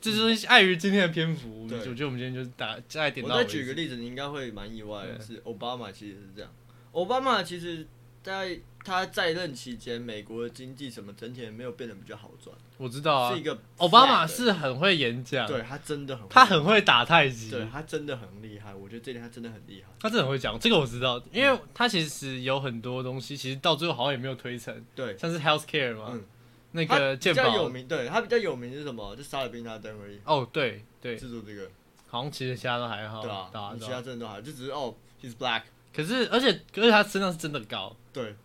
[SPEAKER 1] 这就是碍于今天的篇幅，我们
[SPEAKER 2] 嗯对
[SPEAKER 1] 我觉得我们今天就是打大概点
[SPEAKER 2] 我
[SPEAKER 1] 到
[SPEAKER 2] 再
[SPEAKER 1] 为
[SPEAKER 2] 举个
[SPEAKER 1] 止。
[SPEAKER 2] 例子，你应该会蛮意外的，
[SPEAKER 1] 对
[SPEAKER 2] 是奥巴马其实是这样。奥巴马其实在他在任期间，美国的经济什么整体也没有变得比较好转，
[SPEAKER 1] 我知道啊
[SPEAKER 2] 是一，个
[SPEAKER 1] 奥巴马
[SPEAKER 2] flat 的
[SPEAKER 1] 是很会演讲，
[SPEAKER 2] 对他真的很会
[SPEAKER 1] 他很会打太极，
[SPEAKER 2] 对他真的很厉害，我觉得这点他真的很厉害。
[SPEAKER 1] 他真的很会讲，这个我知道，因为他其实有很多东西，其实到最后好像也没有推成，
[SPEAKER 2] 对，
[SPEAKER 1] 像是 healthcare 嘛，
[SPEAKER 2] 嗯
[SPEAKER 1] 那
[SPEAKER 2] 他
[SPEAKER 1] 个健
[SPEAKER 2] 比较有
[SPEAKER 1] 保，
[SPEAKER 2] 名，对他比较有名是什么？就杀了宾拉登而已，
[SPEAKER 1] 哦，对对，
[SPEAKER 2] 制作这个，
[SPEAKER 1] 好像其实其他都还好，
[SPEAKER 2] 对啊，你
[SPEAKER 1] 对
[SPEAKER 2] 其他真的都还好，就只是哦，he's black，
[SPEAKER 1] 可是而且而且他身上是真的高，
[SPEAKER 2] 对，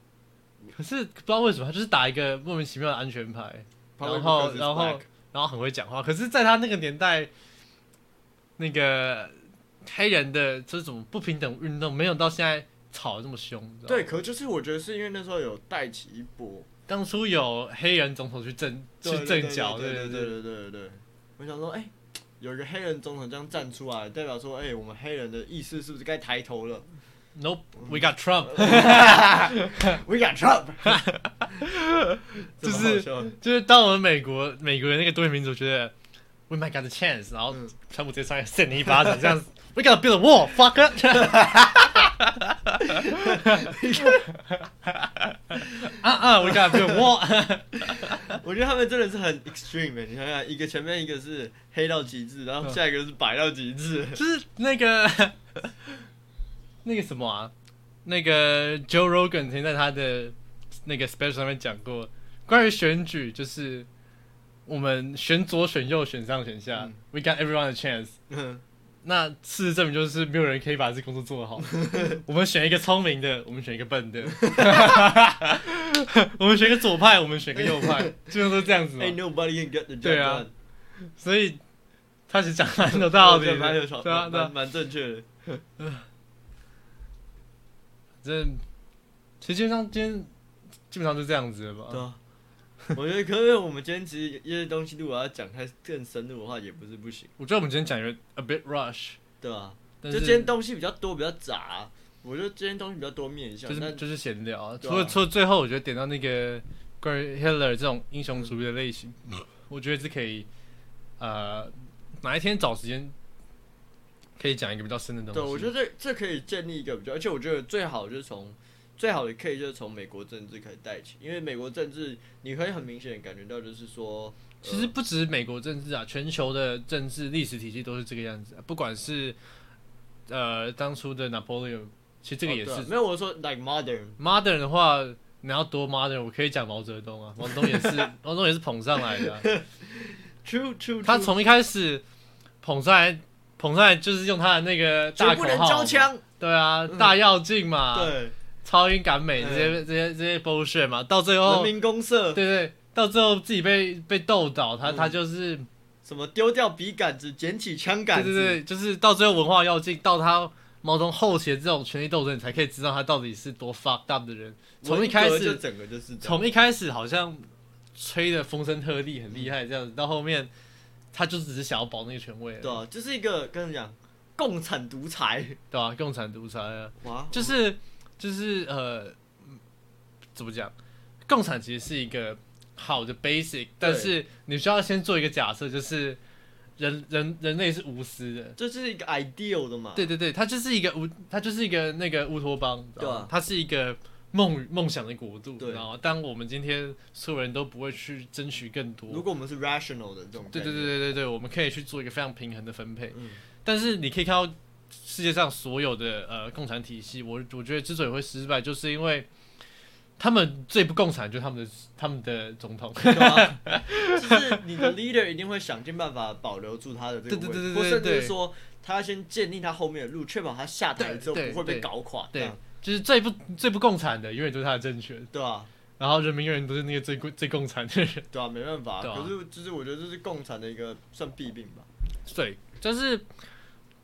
[SPEAKER 1] 可是不知道为什么他就是打一个莫名其妙的安全牌，
[SPEAKER 2] probably
[SPEAKER 1] 然后
[SPEAKER 2] because he's
[SPEAKER 1] 然后
[SPEAKER 2] black
[SPEAKER 1] 然后很会讲话，可是在他那个年代，那个黑人的这种不平等运动没有到现在吵得这么凶，你知道吗
[SPEAKER 2] 对，可就是我觉得是因为那时候有带起一波
[SPEAKER 1] 当初有黑人总统去震
[SPEAKER 2] 对
[SPEAKER 1] 去
[SPEAKER 2] 对
[SPEAKER 1] 震脚，
[SPEAKER 2] 对
[SPEAKER 1] 对
[SPEAKER 2] 对对对对对对，我想说，哎，有一个黑人总统这样站出来，代表说，哎，我们黑人的意识是不是该抬头 了
[SPEAKER 1] Nope,
[SPEAKER 2] 嗯
[SPEAKER 1] we got Trump，
[SPEAKER 2] ？We got Trump，
[SPEAKER 1] 就
[SPEAKER 2] 这么好
[SPEAKER 1] 是
[SPEAKER 2] 笑
[SPEAKER 1] 就是当我们美国美国人那个多元民族觉得 We might got a chance，然后
[SPEAKER 2] 嗯
[SPEAKER 1] 川普直接上来扇你一巴掌，这样子 We got build a wall, fucker 啊啊，We got build a wall，
[SPEAKER 2] 我觉得他们真的是很 extreme，欸你想想，一个前面一个是黑到极致，然后下一个是白到极致，
[SPEAKER 1] 嗯 就是那个那个什么啊，那个 Joe Rogan 曾经在他的那个 special 上面讲过，关于选举就是。我们选左、选右、选上、选下、
[SPEAKER 2] 嗯
[SPEAKER 1] w e got everyone a chance。
[SPEAKER 2] 嗯，
[SPEAKER 1] 那事实证明就是没有人可以把这工作做得 好。我们选一个聪明的，我们选一个笨的， 我们选一个左派，我们选一个右派，基本上都是这样子嘛。
[SPEAKER 2] Ain't nobody can get the job
[SPEAKER 1] 对啊
[SPEAKER 2] done
[SPEAKER 1] 所以他是讲蛮有道理
[SPEAKER 2] 这
[SPEAKER 1] 的，
[SPEAKER 2] 个蛮有
[SPEAKER 1] 对啊，
[SPEAKER 2] 蛮
[SPEAKER 1] 对啊
[SPEAKER 2] 蛮，蛮正确的。
[SPEAKER 1] 反正其实基本上今天基本上就这样子了
[SPEAKER 2] 对
[SPEAKER 1] 吧。
[SPEAKER 2] 啊， 我觉得可是我们今天其实一些东西，如果要讲太更深入的话，也不是不行，
[SPEAKER 1] 我觉得我们今天讲有 a bit rush，
[SPEAKER 2] 对吧？
[SPEAKER 1] 但
[SPEAKER 2] 就是今天东西比较多，比较杂。啊我觉得今天东西比较多面向
[SPEAKER 1] 就，是
[SPEAKER 2] 但
[SPEAKER 1] 就是闲聊啊。
[SPEAKER 2] 对啊
[SPEAKER 1] 除了除了最后，我觉得点到那个关于 Hitler 这种英雄主义的类型，
[SPEAKER 2] 嗯
[SPEAKER 1] 我觉得是可以，呃，哪一天找时间可以讲一个比较深的东西。
[SPEAKER 2] 对我觉得这这可以建立一个比较，而且我觉得最好就是从最好的可以就是从美国政治开始带起，因为美国政治你可以很明显地感觉到，就是说，呃
[SPEAKER 1] 其实不止美国政治啊，全球的政治历史体系都是这个样子、啊。不管是呃当初的 Napoleon，其实这个
[SPEAKER 2] 哦
[SPEAKER 1] 也是。
[SPEAKER 2] 对啊没有我说 like modern，
[SPEAKER 1] modern 的话，你要多 modern，我可以讲毛泽东 啊，毛泽东也是毛泽东也是捧上来的啊、
[SPEAKER 2] true true，
[SPEAKER 1] 他从一开始捧上来，捧上来就是用他的那个大
[SPEAKER 2] 不
[SPEAKER 1] 口
[SPEAKER 2] 能
[SPEAKER 1] 号
[SPEAKER 2] 交
[SPEAKER 1] 嘛，
[SPEAKER 2] 枪，
[SPEAKER 1] 对啊，
[SPEAKER 2] 嗯
[SPEAKER 1] 大跃进嘛，，
[SPEAKER 2] 对，
[SPEAKER 1] 超英赶美
[SPEAKER 2] 嗯
[SPEAKER 1] 这些这些这些 bullshit 嘛，到最
[SPEAKER 2] 人
[SPEAKER 1] 后，
[SPEAKER 2] 民公社
[SPEAKER 1] 对，哦对，到最后自己被被斗倒，他
[SPEAKER 2] 嗯
[SPEAKER 1] 他就是，
[SPEAKER 2] 什么丢掉笔杆子，捡起枪
[SPEAKER 1] 对
[SPEAKER 2] 杆
[SPEAKER 1] 对
[SPEAKER 2] 子，
[SPEAKER 1] 对，就是到最后文化跃进，到他毛泽东后期的这种权力斗争，你才可以知道他到底是多 fucked up 的人。从一开
[SPEAKER 2] 文革就
[SPEAKER 1] 始，
[SPEAKER 2] 整个就是这样
[SPEAKER 1] 从一开始好像吹的风声鹤唳，很厉害这样子，到后面他就只是想要保那个权位而已，
[SPEAKER 2] 对啊，就是一个跟你讲共产独裁，
[SPEAKER 1] 对吧、共产独裁啊。
[SPEAKER 2] 哇，
[SPEAKER 1] 就是就是呃，嗯怎么讲？共产其实是一个好的 basic，但是你需要先做一个假设，就是人人人类是无私的。
[SPEAKER 2] 这是一个 ideal 的嘛，
[SPEAKER 1] 对对对，它就是一个无，它就是一个那个乌托邦，
[SPEAKER 2] 对啊
[SPEAKER 1] 它是一个梦梦想的国度，
[SPEAKER 2] 对
[SPEAKER 1] 然后当我们今天所有人都不会去争取更多，
[SPEAKER 2] 如果我们是 rational 的这种，
[SPEAKER 1] 对对，对对对对，我们可以去做一个非常平衡的分配。
[SPEAKER 2] 嗯
[SPEAKER 1] 但是你可以看到世界上所有的呃共产体系，我我觉得之所以会失败，就是因为他们最不共产就是他们的他们的总统。
[SPEAKER 2] 对啊就是你的 leader 一定会想尽办法保留住他的这个
[SPEAKER 1] 对对
[SPEAKER 2] 位置，
[SPEAKER 1] 对对
[SPEAKER 2] 或
[SPEAKER 1] 对
[SPEAKER 2] 甚至
[SPEAKER 1] 对
[SPEAKER 2] 是说他要先建立他后面的路，确保他下台
[SPEAKER 1] 对
[SPEAKER 2] 之后
[SPEAKER 1] 对
[SPEAKER 2] 不会被
[SPEAKER 1] 对
[SPEAKER 2] 搞垮，这
[SPEAKER 1] 对
[SPEAKER 2] 样，
[SPEAKER 1] 就是最不最不共产的，永远都是他的政权，
[SPEAKER 2] 对吧？
[SPEAKER 1] 然后人民永远都是那个最最共产的人。
[SPEAKER 2] 对啊，没办法，
[SPEAKER 1] 对啊
[SPEAKER 2] 可是就是我觉得这是共产的一个算弊病吧。
[SPEAKER 1] 对，就是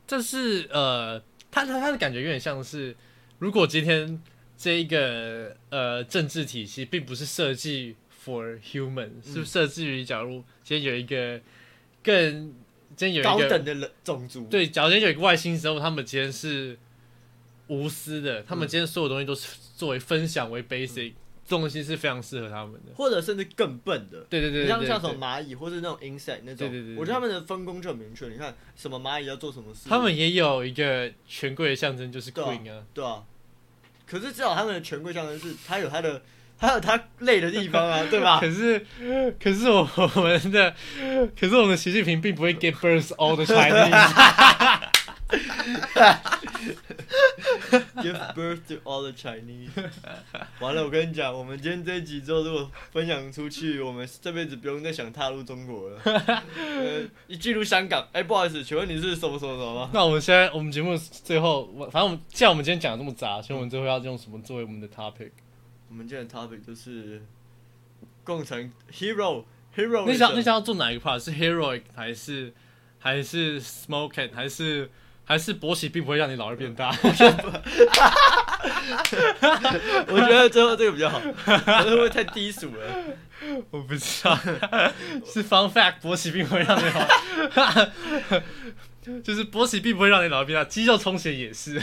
[SPEAKER 1] 这是呃，他他他的感觉有点像是，如果今天这一个呃政治体系并不是设计 for human，、是设计于假如今天有一个更今天有
[SPEAKER 2] 高
[SPEAKER 1] 一个
[SPEAKER 2] 等的人种族，
[SPEAKER 1] 对，假如今天有一个外星生物，他们今天是无私的，他们今天所有东西都是作为分享为 basic，、这种东西是非常适合他们的。
[SPEAKER 2] 或者甚至更笨的，
[SPEAKER 1] 对对对
[SPEAKER 2] 你
[SPEAKER 1] 对
[SPEAKER 2] 像
[SPEAKER 1] 对
[SPEAKER 2] 像什
[SPEAKER 1] 对
[SPEAKER 2] 么蚂蚁或是那种 insect 那种，
[SPEAKER 1] 对对对对
[SPEAKER 2] 我觉得他们的分工就很明确。你看什么蚂蚁要做什么事，
[SPEAKER 1] 他们也有一个权贵的象征，就是
[SPEAKER 2] 对啊
[SPEAKER 1] queen 啊，
[SPEAKER 2] 对啊。可是至少他们的权贵象征是，他有他的， 他有他累的地 方啊，对吧？
[SPEAKER 1] 可是，可是我我们的，可是我们的习近平并不会 get birth all the Chinese。
[SPEAKER 2] Give birth to all the Chinese。完了，我跟你讲，我们今天这一集之后，如果分享出去，我们这辈子不用再想踏入中国了。呃，一进入香港，哎、不好意思，请问你是什么什么什么吗？
[SPEAKER 1] 那我们现在我们节目最后，我反正我们既然我们今天讲的这么杂，所以我们最后要用什么作为我们的 topic？
[SPEAKER 2] 我们今天的 topic 就是共产 hero hero。
[SPEAKER 1] 你想你想要做哪一个 part？是 heroic 还是还是 smoke it 还是还是勃起并不会让你老二变大？
[SPEAKER 2] 我觉得最后这个比较好，可是会太低俗了。
[SPEAKER 1] 我不知道， 是 fun fact，勃起并不会让你老， 就是勃起并不会让你老二变大，肌肉充血也是。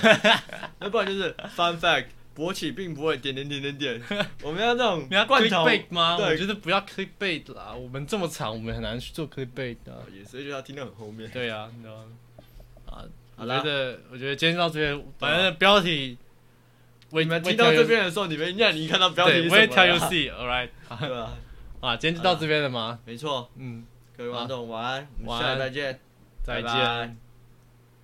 [SPEAKER 2] 要不然就是 fun fact，勃起并不会点点点点点。我们要那 种
[SPEAKER 1] 你要
[SPEAKER 2] 罐头
[SPEAKER 1] clickbait 吗？我
[SPEAKER 2] 对
[SPEAKER 1] 觉得不要 clickbait 啦，我们这么长，我们很难去做 clickbait 的、
[SPEAKER 2] 也是，就要听到很后面。
[SPEAKER 1] 对啊，你知道吗？啊，
[SPEAKER 2] 好
[SPEAKER 1] 我
[SPEAKER 2] 啦
[SPEAKER 1] 觉得，我觉得今天到这边，反正标题，我
[SPEAKER 2] 你们听到这，边的时候，你们让你看到标题
[SPEAKER 1] 对，
[SPEAKER 2] 是
[SPEAKER 1] 我也
[SPEAKER 2] 什么
[SPEAKER 1] tell you
[SPEAKER 2] 了
[SPEAKER 1] see，all right，
[SPEAKER 2] 对吧？
[SPEAKER 1] 啊，今天就到这边了吗？
[SPEAKER 2] 没错，
[SPEAKER 1] 嗯，
[SPEAKER 2] 各位观众晚安，我们下
[SPEAKER 1] 晚安
[SPEAKER 2] 礼拜见，
[SPEAKER 1] 再
[SPEAKER 2] 拜拜
[SPEAKER 1] 见。